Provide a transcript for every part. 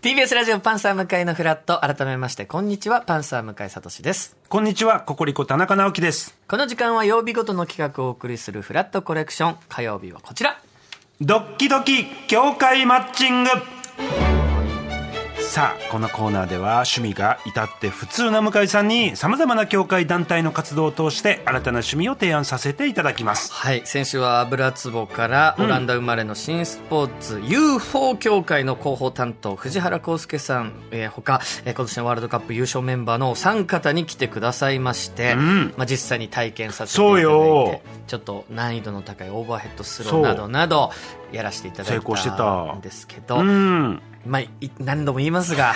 TBS ラジオパンサー向井のフラット改めましてこんにちはパンサー向井聡ですこんにちは、ココリコ田中直樹です。この時間は曜日ごとの企画をお送りするフラットコレクション火曜日はこちらドッキドキ協会マッチングさあこのコーナーでは趣味が至って普通な向井さんにさまざまな協会団体の活動を通して新たな趣味を提案させていただきますはい先週は油壺からオランダ生まれの新スポーツ、UFO 協会の広報担当藤原康介さん、えー、他、えー今年のワールドカップ優勝メンバーのお三方に来てくださいまして、んまあ、実際に体験させていただそういてよちょっと難易度の高いオーバーヘッドスロそーうなどなどやらせていただ成い功してたたんですけど、うんまあ、い何度も言いますが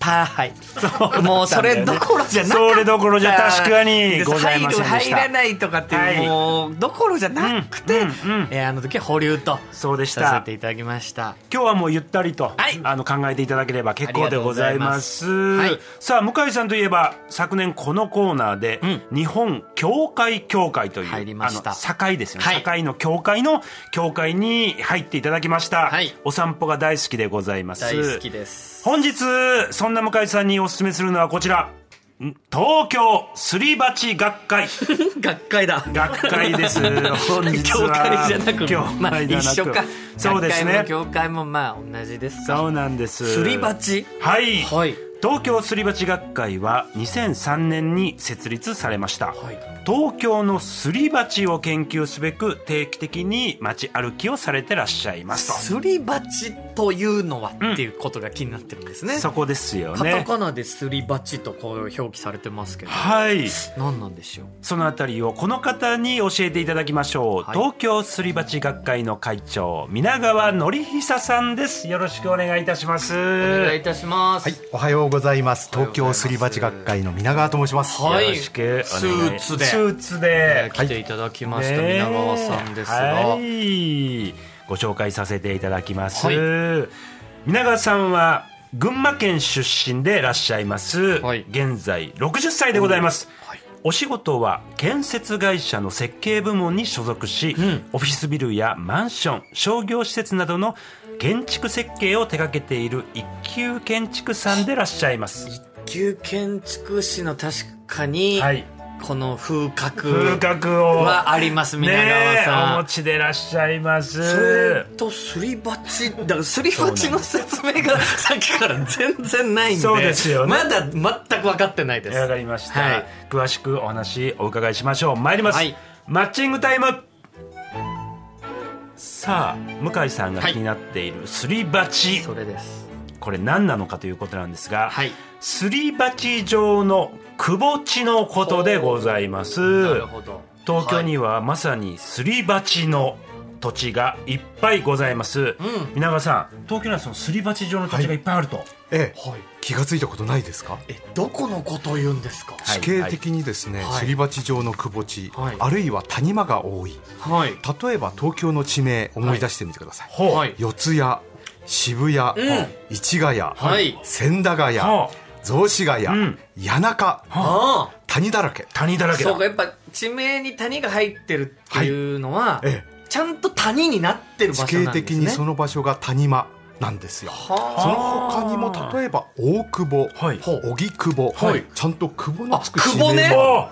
パーハイもうそれどころじゃなかったそれどころじゃ確かにございませんでした入る入らないとかっていう、はいもうどころじゃなくて、うんうんうんえーあの時は保留とそうでしさたせていただきました今日はもうゆったりと、はいあの考えていただければ結構でございますありがとうございまさあ向井さんといえば昨年このコーナーで、う日本協会協会という入りましたあの境ですよね、はい境の協会の協会に入っていただきました、はいお散歩が大好きでございます大好きです本日そんな向井さんにお勧めするのはこちらん東京すり鉢学 会学会だ学会です本日教会はじゃなく協まあ、会じゃ一なく緒かそうです学ね会も教会もまあ同じですかそうなんですすり鉢はい、はい東京すり鉢学会は2003年に設立されました、はい東京のすり鉢を研究すべく定期的に街歩きをされてらっしゃいますすり鉢というのはっていうことが気になってるんですね、とそこですよカタねカナですり鉢とこう表記されてますけどはい何なんでしょうそのあたりをこの方に教えていただきましょう、はい東京すり鉢学会の会長皆川典久さんですよろしくお願いいたしますお願いいたしますはい、おはようございます。おはよう東ございま京すすり鉢学会の皆川と申します。はいよろしくお願いスーツでスーツで来ていただきました、ねえ皆川さんですが、はいご紹介させていただきます、はい皆川さんは群馬県出身でいらっしゃいます、はい現在60歳でございます、はいお仕事は建設会社の設計部門に所属し、んオフィスビルやマンション商業施設などの建築設計を手掛けている一級建築さんでいらっしゃいます旧建築士の確かに、はいこの風格風格をはあります皆ね川えおさ持ん、ちでいらっしゃいますそれとすり鉢だからすり鉢の説明がさっきから全然ないんでそうですよねまだ全く分かってないですわかりました、はい詳しくお話お伺いしましょう参ります、はいマッチングタイムさあ向井さんがはい気になっているすり鉢、それですこれ何なのかということなんですが、はいすり鉢状のくぼ地のことでございますなるほど東京にはまさにすり鉢の土地がいっぱいございます、皆川さん東京にはそのすり鉢状の土地がいっぱいあると、ええ、はい気がついたことないですか。えどこのことを言うんですかい地形的にですね、はいすり鉢状のくぼ地、はいあるいは谷間が多い。はい例えば東京の地名思い出してみてください。ほうはい四谷、渋谷、ん市ヶ谷、はい千駄ヶ谷、ほう雑司ヶ谷、うん谷中、ああ谷だらけ。谷だらけだそうかやっぱ地名に谷が入ってるっていうのは、えちゃんと谷になってるえ、地場所なんですね形的にその場所が谷間なんですよ。そのは他にも例えば大久保、はい荻窪、はいちゃんと久保のつくあ地名久がある保お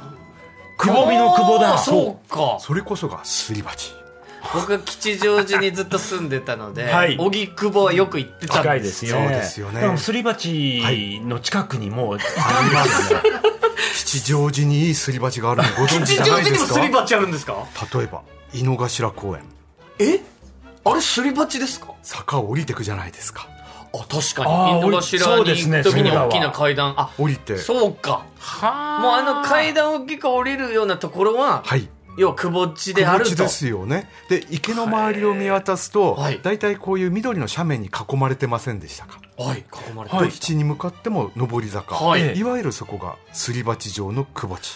くぼみのくぼだあーそうかそれこそがすり鉢僕は吉祥寺にずっと住んでたのではい荻窪はよく行ってたん近いですよそうですよねもすり鉢の近くにもうありますね吉祥寺にいいすり鉢があるのご存知吉じゃ祥ない寺でにもすすかり鉢あるんですか例えば井の頭公園えあれすり鉢ですか坂を降りてくじゃないですかあ確かあにー井のそ頭うでにす行ねく時にそうだわ大きな階段あ降りてそうかもうあの階段を結構降りるようなところは、はい要は窪地であるくぼ地とですよねで池の周りを見渡すとはい大体こういう緑の斜面に囲まれてませんでしたかはい囲まれてはいる基地に向かっても上り坂、はいいわゆるそこがすり鉢状のくぼ地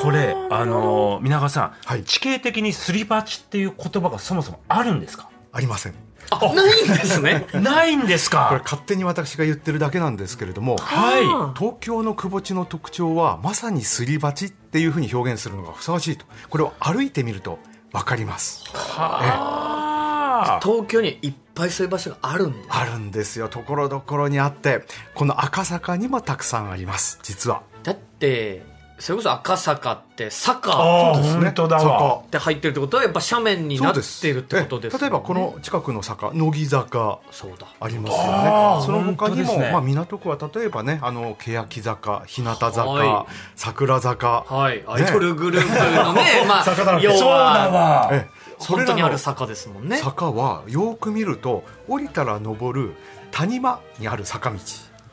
これあのー皆川さん、はい地形的にすり鉢っていう言葉がそもそもあるんですかありませんあないんですねないんですこれか勝手に私が言ってるだけなんですけれども は東京のくぼ地の特徴はまさにすり鉢っていうふうに表現するのがふさわしいとこれを歩いてみると分かりますいはあ東京にはいっぱいそういう場所があるんであるんですよところどころにあってこの赤坂にもたくさんあります実はだってそれこそ赤坂って坂ああそうですね本当だそわこって入ってるってことはやっぱ斜面になっそうですてるってことですえよね例えばこの近くの坂乃木坂そうだありますよあねーその他に本当ですも、ねまあ、港区は例えばねあの欅坂日向坂、は桜坂、はいアイドルグループ のねまあ坂だらけ要そうだはわええそ本れ当らにあるの坂ですもんね坂はよく見ると降りたら登る谷間にある坂道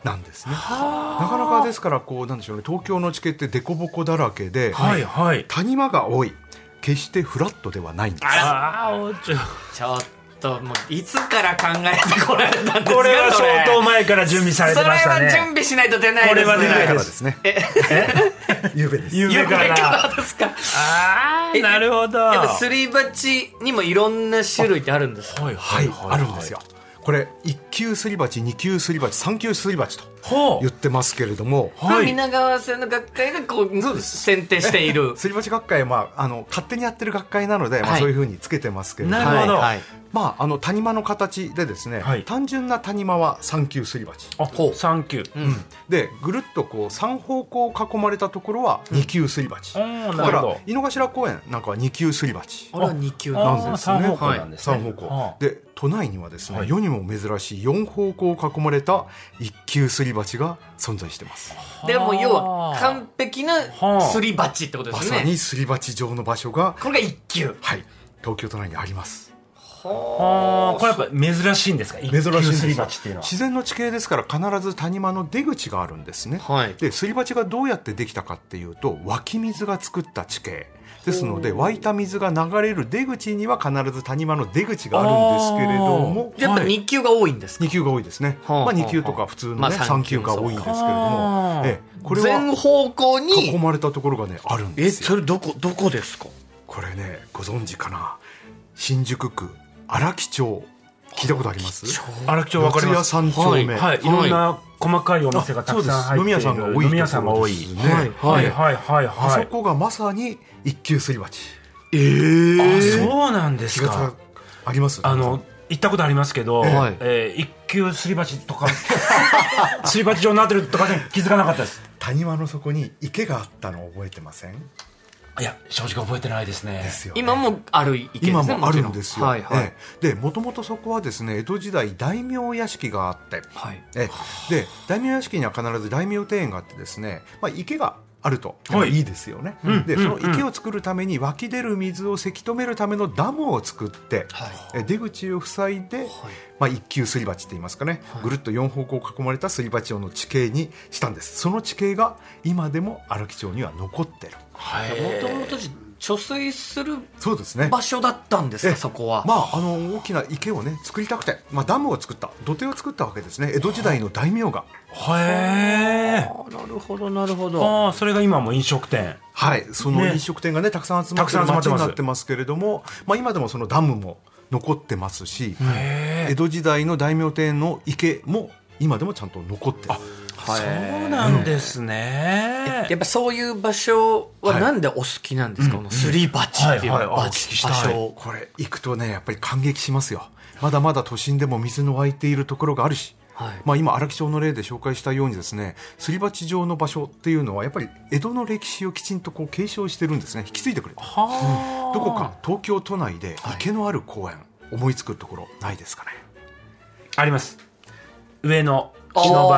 なんですねなかなかですからこうなんでしょうね東京の地形って凸凹だらけで、はいはい谷間が多い決してフラットではないんですああおちょちょっともういつから考えてこられたんですかこれはそ相当前から準備されてましたそれは準ね備しないと出ないですねこれは出ないからですねゆうべです夢か夢らからですかああえなるほどやっぱすり鉢にもいろんな種類ってあるんですかはいはい、あるんですよ。これ一級すり鉢、二級すり鉢、三級すり鉢とほう言ってますけれども、こはれい皆川さんの学会がこう選定してい るすり鉢学会はまああの勝手にやってる学会なので、まはあいそういうふうにつけてますけれども、なるほどはいはいまああの谷間の形でですね、はい単純な谷間は三級すり鉢。あほうサンキューうんでぐるっとこう三方向囲まれたところは二級すり鉢。おーだなかるらほど井の頭公園なんかは二級すり鉢。あれは2級あなんですーね三方向なんですね三方向はあで都内にはですね、はい世にも珍しい四方向を囲まれた一級すり鉢が存在してますでもう要ははあ完璧なすり鉢ってことでますさよねにすり鉢状の場所が、これが1級はい、東京都内にありますあーこれやっぱ珍しいんですか珍すり鉢っていうのは自然の地形ですから必ず谷間の出口があるんですね、はいですり鉢がどうやってできたかっていうと湧き水が作った地形ですので湧いた水が流れる出口には必ず谷間の出口があるんですけれどもやっぱ2級が多いんですか2級が多いですね、はあはあまあ、2級とか普通の、ねまあ3級が多いんですけれどもは、あええこれ全は方向囲にまれたところがねあるんえですよそれどこどこですかこれねご存知かな新宿区荒木町聞いたことあります荒木町わかり四ま谷す三丁目、はいいろんな細かいお店がたくさん入っているあそうです飲み屋さんが多い飲み屋さんが多いところですねはいはいはいはいあはそいこがまさに一級すり鉢えあえそうなんで気すがかつかありますあの行ったことありますけど、えはいー一級すり鉢とか すり鉢状になってるとかで気づかなかったです谷間の底に池があったの覚えてませんいや正直覚えてないですねですよね今もある意見ですね今もあるちろんですよ、はいはい、ええでもともとそこはですね江戸時代大名屋敷があって、はいええで大名屋敷には必ず大名庭園があってですね、まあ、池があるとはいいいですよね、んでうんその池を作るために湧き出る水をせき止めるためのダムを作って、はいえ出口を塞いで、まあ、一級すり鉢って言いますかね、はいぐるっと4方向囲まれたすり鉢用の地形にしたんですその地形が今でも荒木町には残ってるはいもともと貯水するそうですね場所だったんですえかえそこは、まあ、あの大きな池をね作りたくて、まあ、ダムを作った土手を作ったわけですね江戸時代の大名がへえあなるほどなるほどああそれが今も飲食店はいそのね飲食店がねたくさん集まってたるくさん集まっ町てまにすなってますけれどもまあ、今でもそのダムも残ってますし、へ江戸時代の大名庭園の池も今でもちゃんと残ってるそうなんですねやっぱそういう場所ははいなんでお好きなんですか、このすり鉢っていうはいはいあ場お聞きしたい場所これ行くとねやっぱり感激しますよまだまだ都心でも水の湧いているところがあるし、はいまあ、今荒木町の例で紹介したようにですねすり鉢状の場所っていうのはやっぱり江戸の歴史をきちんとこう継承してるんですね引き継いでくれたはあどこか東京都内で池のある公園、思いつくところないですかねあります上野不忍お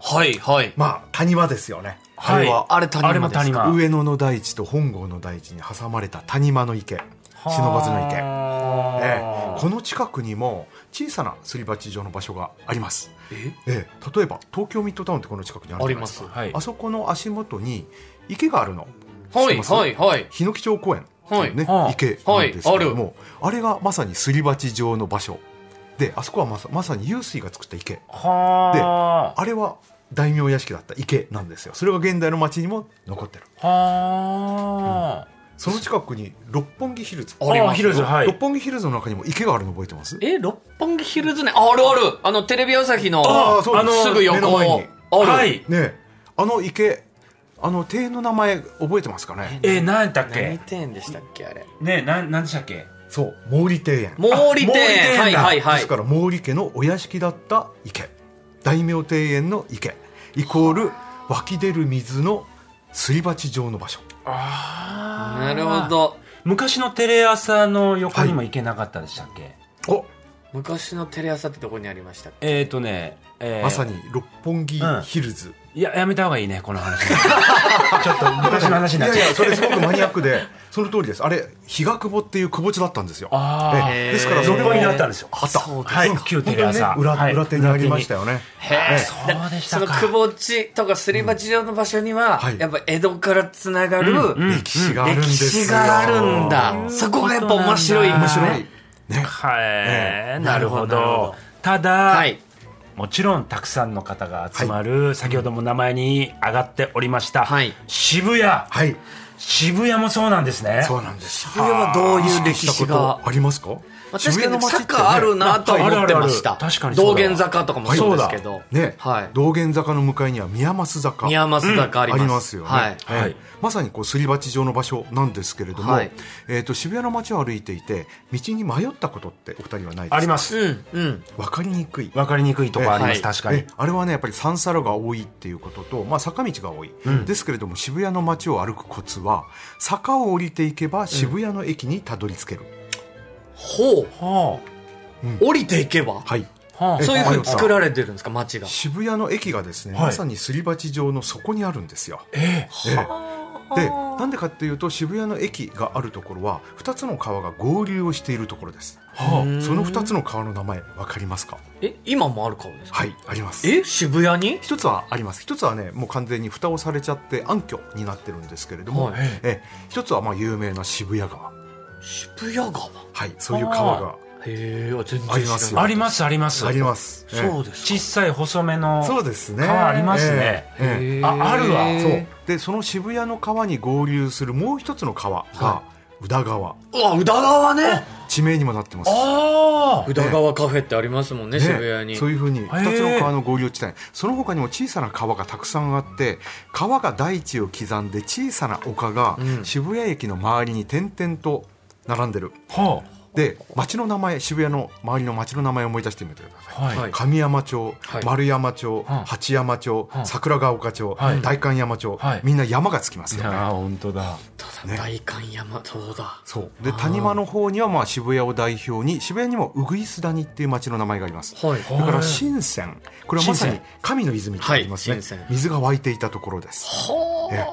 はいはいまあ谷間ですよねはいあれはあれあ谷れ間もですか谷間上野の大地と本郷の大地に挟まれた谷間の池不忍の池はえあえこの近くにも小さなすり鉢状の場所があります、えええ例えば東京ミッドタウンってこの近くにあるじゃあなりいでますすかははいあそこの足元に池があるのいはいはい檜町公園っていうね、はい池なんですけれども、あれがまさにすり鉢状の場所であそこはまさまさに湧水が作った池はああれは大名屋敷だった池なんですよそれが現代の町にも残ってるはあ、その近くに六本木ヒルズありますよあ広いですはい六本木ヒルズの中にも池があるの覚えてますえ六本木ヒルズねああるあるあのテレビ朝日のあーそうあのすぐ目の横前にある、はいねえあの池あの庭園の名前覚えてますかねえー、何やったっ何け店でしたっけあれねなんなんでしたっけそう毛利庭園毛利庭園あはいだはいはいですから毛利家のお屋敷だった池大名庭園の池イコール湧き出る水のすり鉢状の場所あなるほど昔のテレ朝の横にも行けなかったでしたっけ、お昔のテレ朝ってどこにありましたっけえっ、ー、とね、えーまさに六本木うんヒルズ、いややめた方がいいねこの話 ちょっと昔の話にいなっやいちゃうやそれすごくマニアックで その通りですあれ日が久保っていう窪地だったんですよあえへえーですからそ六れ本木にあったんでですよあったそうですかはい旧テレ朝、裏はい裏手にありましたよねへえそうでしたそかの窪地とかすり鉢状の場所には、はいやっぱ江戸からつながる、うん歴史があるんで歴すよ史があるんだそこがやっぱ面白い面白はいねはい、えなるほなるほどどただ、はいもちろんたくさんの方が集まる、先ほども名前に上がっておりました、はい渋谷はい渋谷もそうなんですねそうなんですこれはどういう歴した史がことありますかまあ渋確か谷のに街ってね坂あるなとは思ってましたあるあるある確かにそうだ道わ玄坂とかもそうですけど、ね、はい、道玄坂の向かいには宮益坂宮益坂あります,、よね、はいええはいまさにこうすり鉢状の場所なんですけれども、はいえー、と渋谷の街を歩いていて道に迷ったことってお二人はないですかありますすうんうん分かりにくいわかりにくいとこありまえす、え確かにえあれはねやっぱり三差路が多いっていうことと、まあ、坂道が多い、ですけれども渋谷の街を歩くコツは坂を降りていけば渋谷の駅にたどり着ける、ほはう降りていけば、はいあはあえそういうふうに作られてるんですか街が渋谷の駅がですね、はいまさにすり鉢状の底にあるんですよ。ええええでなんでかっていうと渋谷の駅があるところは2つの川が合流をしているところですはあうんその2つの川の名前分かりますかえ今もある顔ですかはいありますえ渋谷に一つはあります一つはねもう完全に蓋をされちゃって暗渠になってるんですけれども、はいえええ一つはまあ有名な渋谷川渋谷川はいそういう川がへえ全然知らあなりまいすえありますありますあります、ええそうです小さい細めのそうですね川ありますねええええへえああるわそうでその渋谷の川に合流するもう一つの川がは宇田川、うわ宇田川ね地名にもなってますああ宇田川カフェってありますもんね渋谷にそういうふうに2つの川の合流地帯その他にも小さな川がたくさんあって川が大地を刻んで小さな丘がうん渋谷駅の周りに点々と並んでる、はで町の名前渋谷の周りの町の名前を思い出してみてくださいあはい、はい神山町、はい丸山町、うん八山町、うん桜ヶ丘町、はい代官山町、はいみんな山がつきますいよやね。ー本当だたねだ大観山そうだそうで谷間の方にはまあ渋谷を代表に渋谷にもウグイス谷っていう町の名前があります。はいだからはい神泉これはまさに神神の泉ってありますね、はい神泉水が湧いていたところですほえー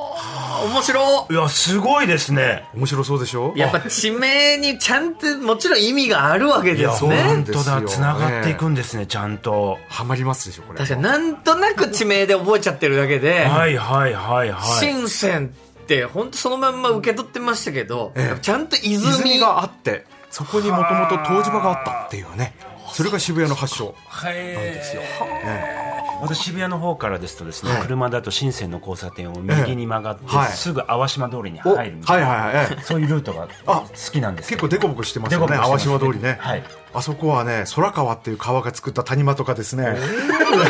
面白いやすごいですね面白そうでしょいやっぱ地名にちゃんともちろん意味があるわけいでやすそうなね本んですよ当だつながっていくんですねちゃんとハマりますでしょこれ確かになんとなく地名で覚えちゃってるだけではいはいはいはい深センって本当そのまんま受け取ってましたけど、ええやっぱちゃんと泉泉があってそこにもともと湯治場があったっていうねそれが渋谷の発祥はいですよ、え私渋谷の方からですとですね、はい車だと新鮮の交差点を右に曲がって、ええはいすぐ淡島通りにえおは入いるみたはいいな、はい、ええそういうルートが好あきなんですけ結ど構デコボコしてますよねデコボコ淡してま島すね通りね、はいあそこはね空川っていう川が作った谷間とかですね、結構もう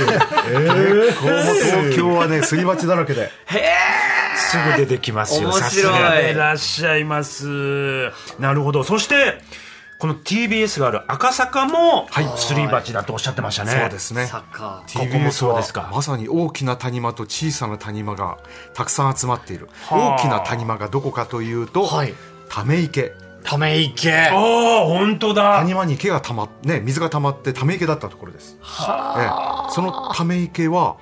東京はねすり鉢だらけですぐ出てきますよ面白いさすがでいらっしゃいますなるほどそしてこの TBS がある赤坂もすり鉢だとおっしゃってましたねそうですねサッカーここもそうですか TBS はまさに大きな谷間と小さな谷間がたくさん集まっている、はあ大きな谷間がどこかというと、はいため池ため池ああ本当だ谷間に池がたまっね水がたまってため池だったところです、ええそのため池は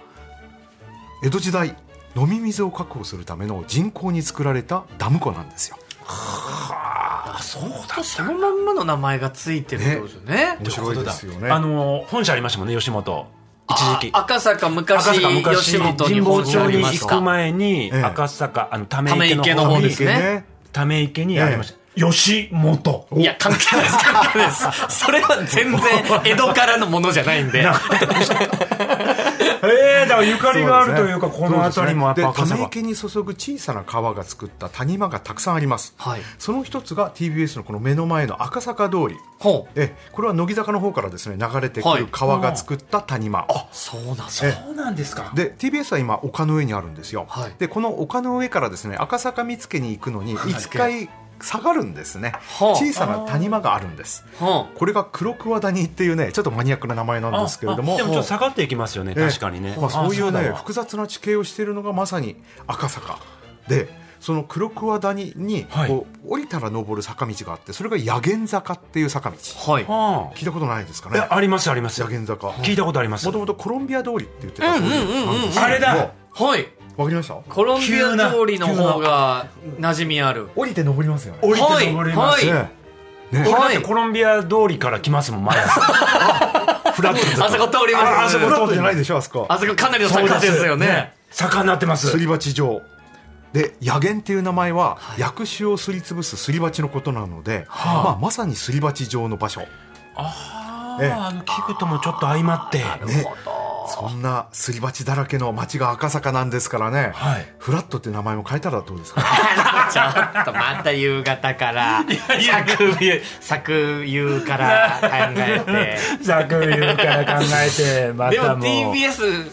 江戸時代飲み水を確保するための人工に作られたダム湖なんですよあそうだそのまんまの名前がついてるってことですよね面白いですよねあの本社ありましたもんね吉本一時期赤坂昔赤坂昔吉本に神保本社町ありにまし行くた前にええ赤坂あのたためめ池池のの方方にですねため池にありました吉本いや関係ないです関係ないですそれは全然江戸からのものじゃないんでええだからゆかりがあるというかそこの辺りもやっでぱた赤め坂池に注ぐ小さな川が作った谷間がたくさんあります、はいその一つが TBS のこの目の前の赤坂通りほうえこれは乃木坂の方からですね流れてくはいる川が作った谷間、そうなんだそうなんですかで TBS は今丘の上にあるんですよ、はいでこの丘の上からですね赤坂見附に行くのにはい5回下がるんですね、はあ小さな谷間があるんですはこれが黒桑谷っていうねちょっとマニアックな名前なんですけれどもあでもちょっと下がっていきますよね、ええ確かにね、まあ、そういうだねわ複雑な地形をしているのがまさに赤坂でその黒桑谷にはいこう降りたら登る坂道があってそれが野源坂っていう坂道あはいは聞いたことないですかあ、えねありますあります野源坂聞いたことありますもともとコロンビア通りって言ってた通りなんですけどうんうんうんうんあれだはいわかりましたコロンビア通りの方が馴染みある降りて登りますよね降りて登りまはす、いねねこれだっはていコロンビア通りから来ますもん毎朝フラットですあそこ通りあまあすそそここだだっっじててじゃゃなないいででしょあそこあそこかなりの坂ですよね坂になってますすり鉢状で野源っていう名前は薬種をすりつぶすすり鉢のことなので、はあまあ、まさにすり鉢状の場所あええああの聞くともちょっと相まってねそんなすり鉢だらけの町が赤坂なんですからね、はいフラットって名前も変えたらどうですかちょっとまた夕方から作夕作夕から考えざくりから考えてまてでもたもう TBS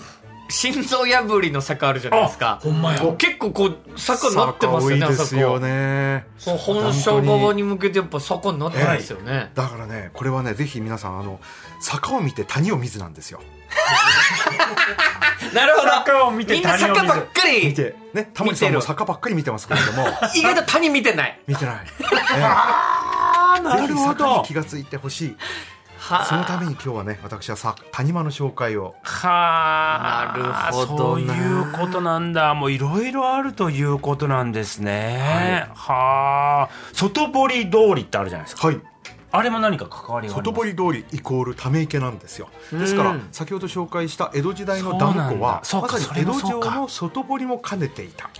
心臓破りの坂あるじゃないですかあほんまや結構こう坂になってますよね坂多いですよねねこう本社側に向けてやっぱ坂になってないですよね、だからねこれはねぜひ皆さんあの坂を見て谷を見ずなんですよなるほど坂を見てみんな坂ばっかり見てねタモリさんも坂ばっかり見てますけれども意外と谷見てない見 てない、えあえなぜるひほ坂にど気がついてほしいはあそのために今日はね私はさ谷間の紹介をはなるほどそうないうことなんだもういろいろあるということなんですねはあ外堀通りってあるじゃないですかはいあれも何か関わりがあり外ます堀通りイコールため池なんですよですかうらん先ほど紹介した江戸時代のダム湖はまそうなんだそうかさそにれ江も戸そう城かの外堀も兼ねていた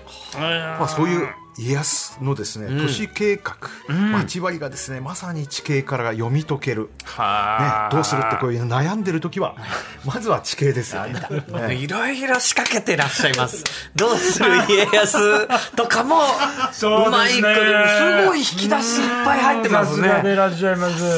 ままあ、そういう家康のですね、うん都市計画、うん町割りがですねまさに地形からが読み解ける、ねは、あどうするってこういう悩んでる時はまずは地形ですよね。ねいろいろ仕掛けてらっしゃいます。どうする家康とかも、そううまいですねことすごい引き出しいっぱい入ってますさすがでね。いらっしゃいますで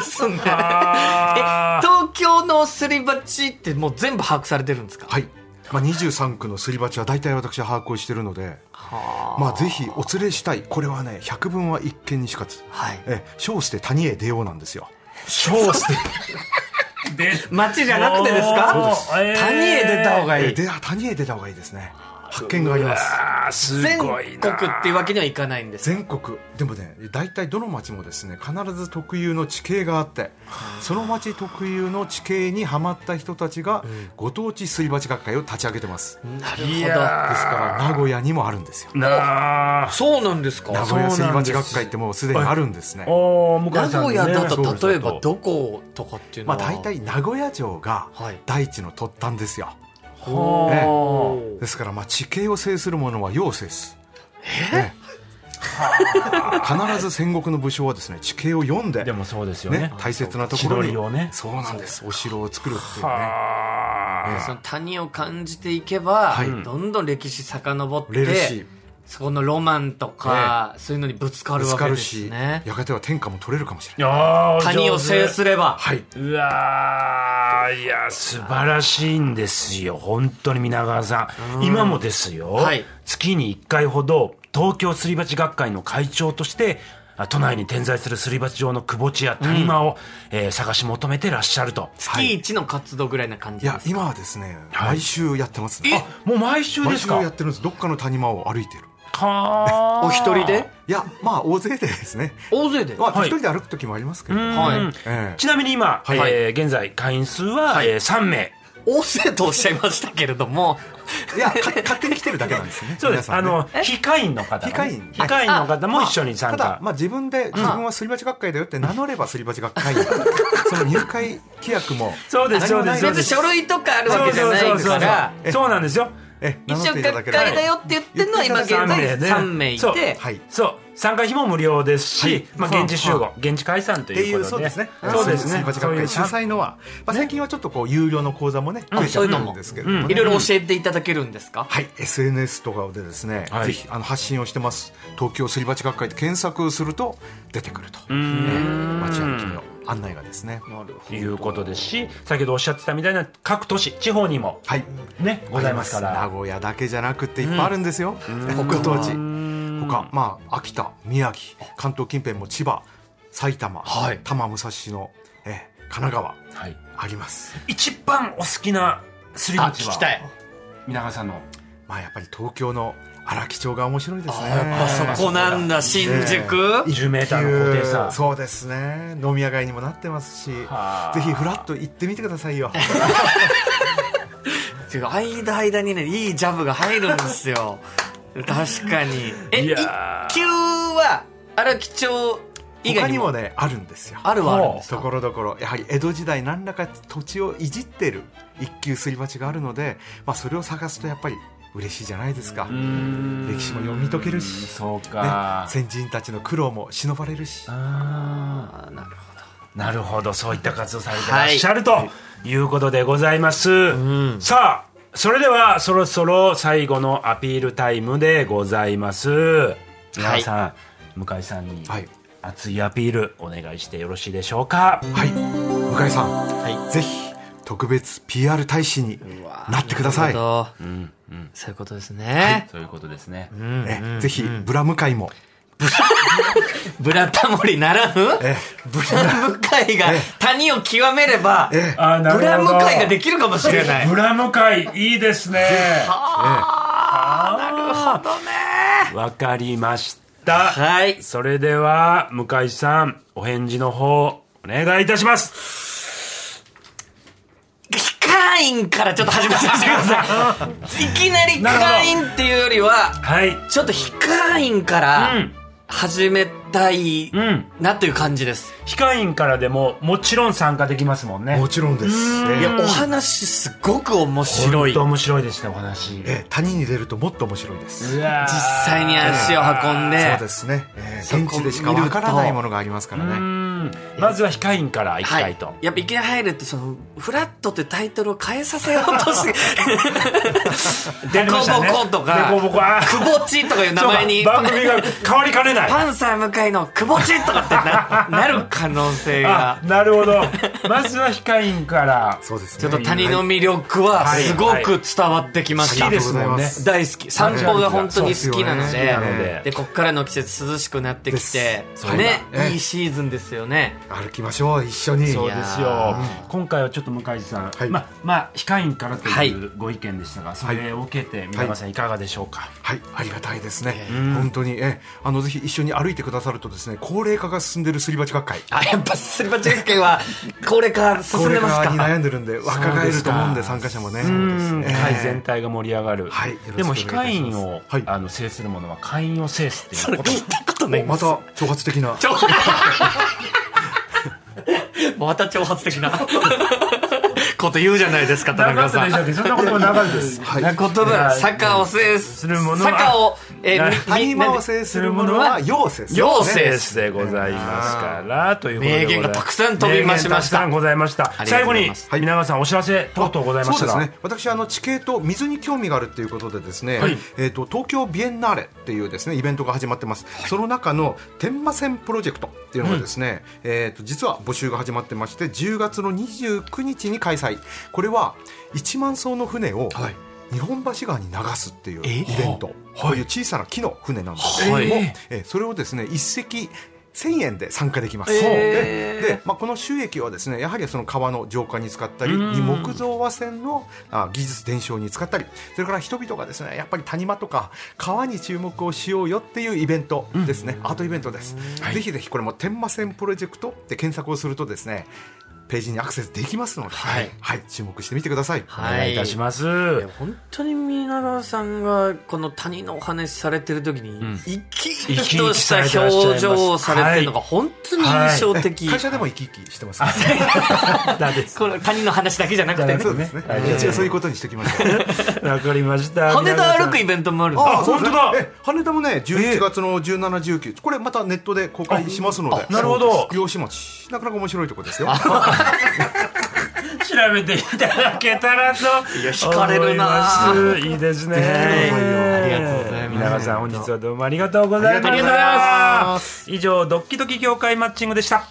すね。え、あー東京のすり鉢ってもう全部把握されてるんですかはいまあ、23区のすり鉢は大体私は把握をしているので、はまあ、ぜひお連れしたいこれはね百聞は一見にしかずあはい。え称して谷へ出ようなんですよ超素敵で町じゃなくてですかそうです谷へ出た方がいえい。で谷へ出た方がいいですね発見がありますあーす全ご国っいなていうわけにはいかないんです。全国でもね大体どの町もですね必ず特有の地形があってその町特有の地形にはまった人たちがご当地すり鉢学会を立ち上げてますでなるいほど。やすから名古屋にもあるんですよなあそうなんですか名古屋すり鉢学会ってもうすでにあるんですねお向名井さん古屋だねと例えばどことかっていうのまあは大体名古屋城がはい大地の突端ですよはあですからまあ地形を制する者は要制すええ必ず戦国の武将はですね地形を読んででもそうですよねね、大切なところ千鳥をに、ねそうなんですお城を作るっていうねはその谷を感じていけば、はいどんどん歴史遡っれるしてそこのロマンとか、そういうのにぶつかぶるつわかけるでし、すねやがては天下も取れるかもしれない。あ谷を制すればはい、うわーいや素晴らしいんですよ本当に皆川さん、今もですよ、はい月に1回ほど東京すり鉢学会の会長としてあ都内に点在するすり鉢場の窪地や谷間を、えー探し求めてらっしゃると月一の活動ぐらいな感いじでやす、今はですね、はい毎週やってますねあもう毎週で毎す週かやってるんですどっかの谷間を歩いてるはーお一人でいやまあ大勢でですね大勢で、まあはい一人で歩く時もありますけど、うんはいええちなみに今、はいえー現在会員数は、はいえー3名大勢とおっしゃいましたけれどもいやか勝手に来てるだけなんです ねそうです、皆あさんねの非会員の方がね、非会員非会員の方も一緒に参ただ加、まあ自分で自分はすり鉢学会だよって名乗ればすり鉢学会 その入会規約もそうです何もないそう別でにす書類とかあるわけじゃないそうそうそかうそうらえそうなんですよええ一名乗っ応ていただ学ければ会だよって言ってるのは今現在3名いて、そうはいそう参加費も無料ですし、はいまあ、現地集合現地解散とっていいううこそとうでですね。そうですすりね鉢そう学いう会主催のは、まあ、最近はちょっとこう有料の講座もね、増えちゃってるんですけれどもね、うんいろいろ教えていただけるんですか、はい、SNS とかでですね、はいぜひあの発信をしてます。東京すり鉢学会で検索すると出てくると、えー街歩きの案内がですね。なるほということですし先ほどおっしゃってたみたいな各都市地方にもはい、ねございますかありら名古屋だけじゃなくていっぱいあるんですよ。ご当地。うとか、まあ、秋田宮城関東近辺も千葉埼玉、はい多摩武蔵野、えー神奈は川い、あります、一番お好きなすりあ鉢聞はきたい皆川さんのまあ、やっぱり東京の荒木町が面白いですねあそこなんだ新宿、 10メーターの高低差そうですね飲み屋街にもなってますしはあぜひフラッと行ってみてくださいよっていうか間間にねいいジャブが入るんですよ確かにえい一級やーは荒木町 以他外ににももねあるんですよあるはあるんですところどころやはり江戸時代何らか土地をいじってる一級すり鉢があるので、まあ、それを探すとやっぱり嬉しいじゃないですか、うーん歴史も読み解けるしそうねか、、先人たちの苦労も忍ばれるしああーなるほーなるほどそういった活動されてらっしゃる、ということでございます、さあそれではそろそろ最後のアピールタイムでございます皆川さん、向井さんにはい熱いアピールお願いしてよろしいでしょうか、はい向井さん、はぜひ特別 PR 大使にどうわーなってください、なるほどうんうんそういうことですね、そういうことですね、うんねうんぜひブラ向井もブラタモリならぬえブラ向かいが谷を極めればブえあーなるほどラ向かいができるかもしれないブラム会いいですねわかりましたはいそれでは向井さんお返事の方お願いいたします機関員からちょっと始めさせてくださいいきなり機関員っていうよりははいちょっと非会員からうん始めたいうんなという感じです。非会員からでももちろん参加できますもんね もちろんですえいや、お話すごく面白い本当。面白いですねお話ええ谷に出るともっと面白いですうわー実際に足を運んそうでで、すね、ええそこ現地でしかわからないものがありますからうねんまずは非会員から行きたいと、やっぱいきなり入るって、その、フラットってタイトルを変えさせようとして、出ましたねボコボコとかデコボコあーくぼちとかいう名前に、そうか番組が変わりか ねないパンサー向かいのくぼちとかってななる可能性あが。なるほどまずは非会員からそうですねちょっと谷の魅力はすごく伝わってきました。好きですもんね大好き散歩が本当に好きなのそうでですよねええでこっからの季節涼しくなってきてですそうねだいいシーズンですよね歩きましょう一緒にそうやですいよや。今回はちょっと向井さん、はいまあまあ非会員からとはいいうご意見でしたが、それを受けて皆川さんいかがでしょうか。はい、ありがたいですね。ん本当に、ええ、あの、ぜひ一緒に歩いてくださるとですね、高齢化が進んでるすり鉢学会。あやっぱすり鉢学会はこれから進高んで齢ます化にか悩んでるんで、若返ると思うんで、参加者もね。うん会全え体が盛り上がる。はいよろしくお願いいたしますでも非会員を、はいあの制するものは会員を制すってそいれうこと。聞いたことなえいまた挑発的な。ちょまた挑発的なこと言うじゃないですか田なか中っさたでんしたっけ。そんなこともなかったです。はいなことだはい坂を制すするものは坂をえなーみ谷み間を制するものは、要制する。要セ制ースでございますからということで名言がたくさん飛びましました名言たくさんございましたありが最とうござい後にます皆川さんお知らせ等々ございましそたうですがね私あの地形と水に興味があるということでですね、はいえー、と東京ビエンナーレっていうですねイベントが始まってます、その中の天満線プロジェクトっていうのがですね、えー、と実は募集が始まってまして10月の29日に開催これは1万艘の船を、はい日本橋川に流すっていうえイベント、という小さな木の船なんですけれども、はいえーそれをですね一隻1000円で参加できます。えーで、まあ、この収益はですねやはりその川の浄化に使ったりうん木造和船のあ技術伝承に使ったりそれから人々がですねやっぱり谷間とか川に注目をしようよっていうイベントですね、アートイベントです、ぜひぜひこれも天満線プロジェクトで検索をするとですねページにアクセスできますので、はい注目してみてください。お願いいたしまいす や本当に皆川さんがこの谷のお話しされてる時にん生き生きとした表情をされてるのが本当に印象的、会社でも生き生きしてます、ね。だですこの谷の話だけじゃなくてね そうですね。はい一応そういうことにしてきました。わかりました羽田歩くイベントもあるんだあ本当だそうですねえ羽田もね11月の17、19これまたネットで公開しますのであなるほどそうです漁師町なかなか面白いとこですよ調べていただけたらといや惹かれるなあいいですねありがとうございます皆川さん本日はどうもありがとうございましたありがとうございます以上ドッキドキ業界マッチングでした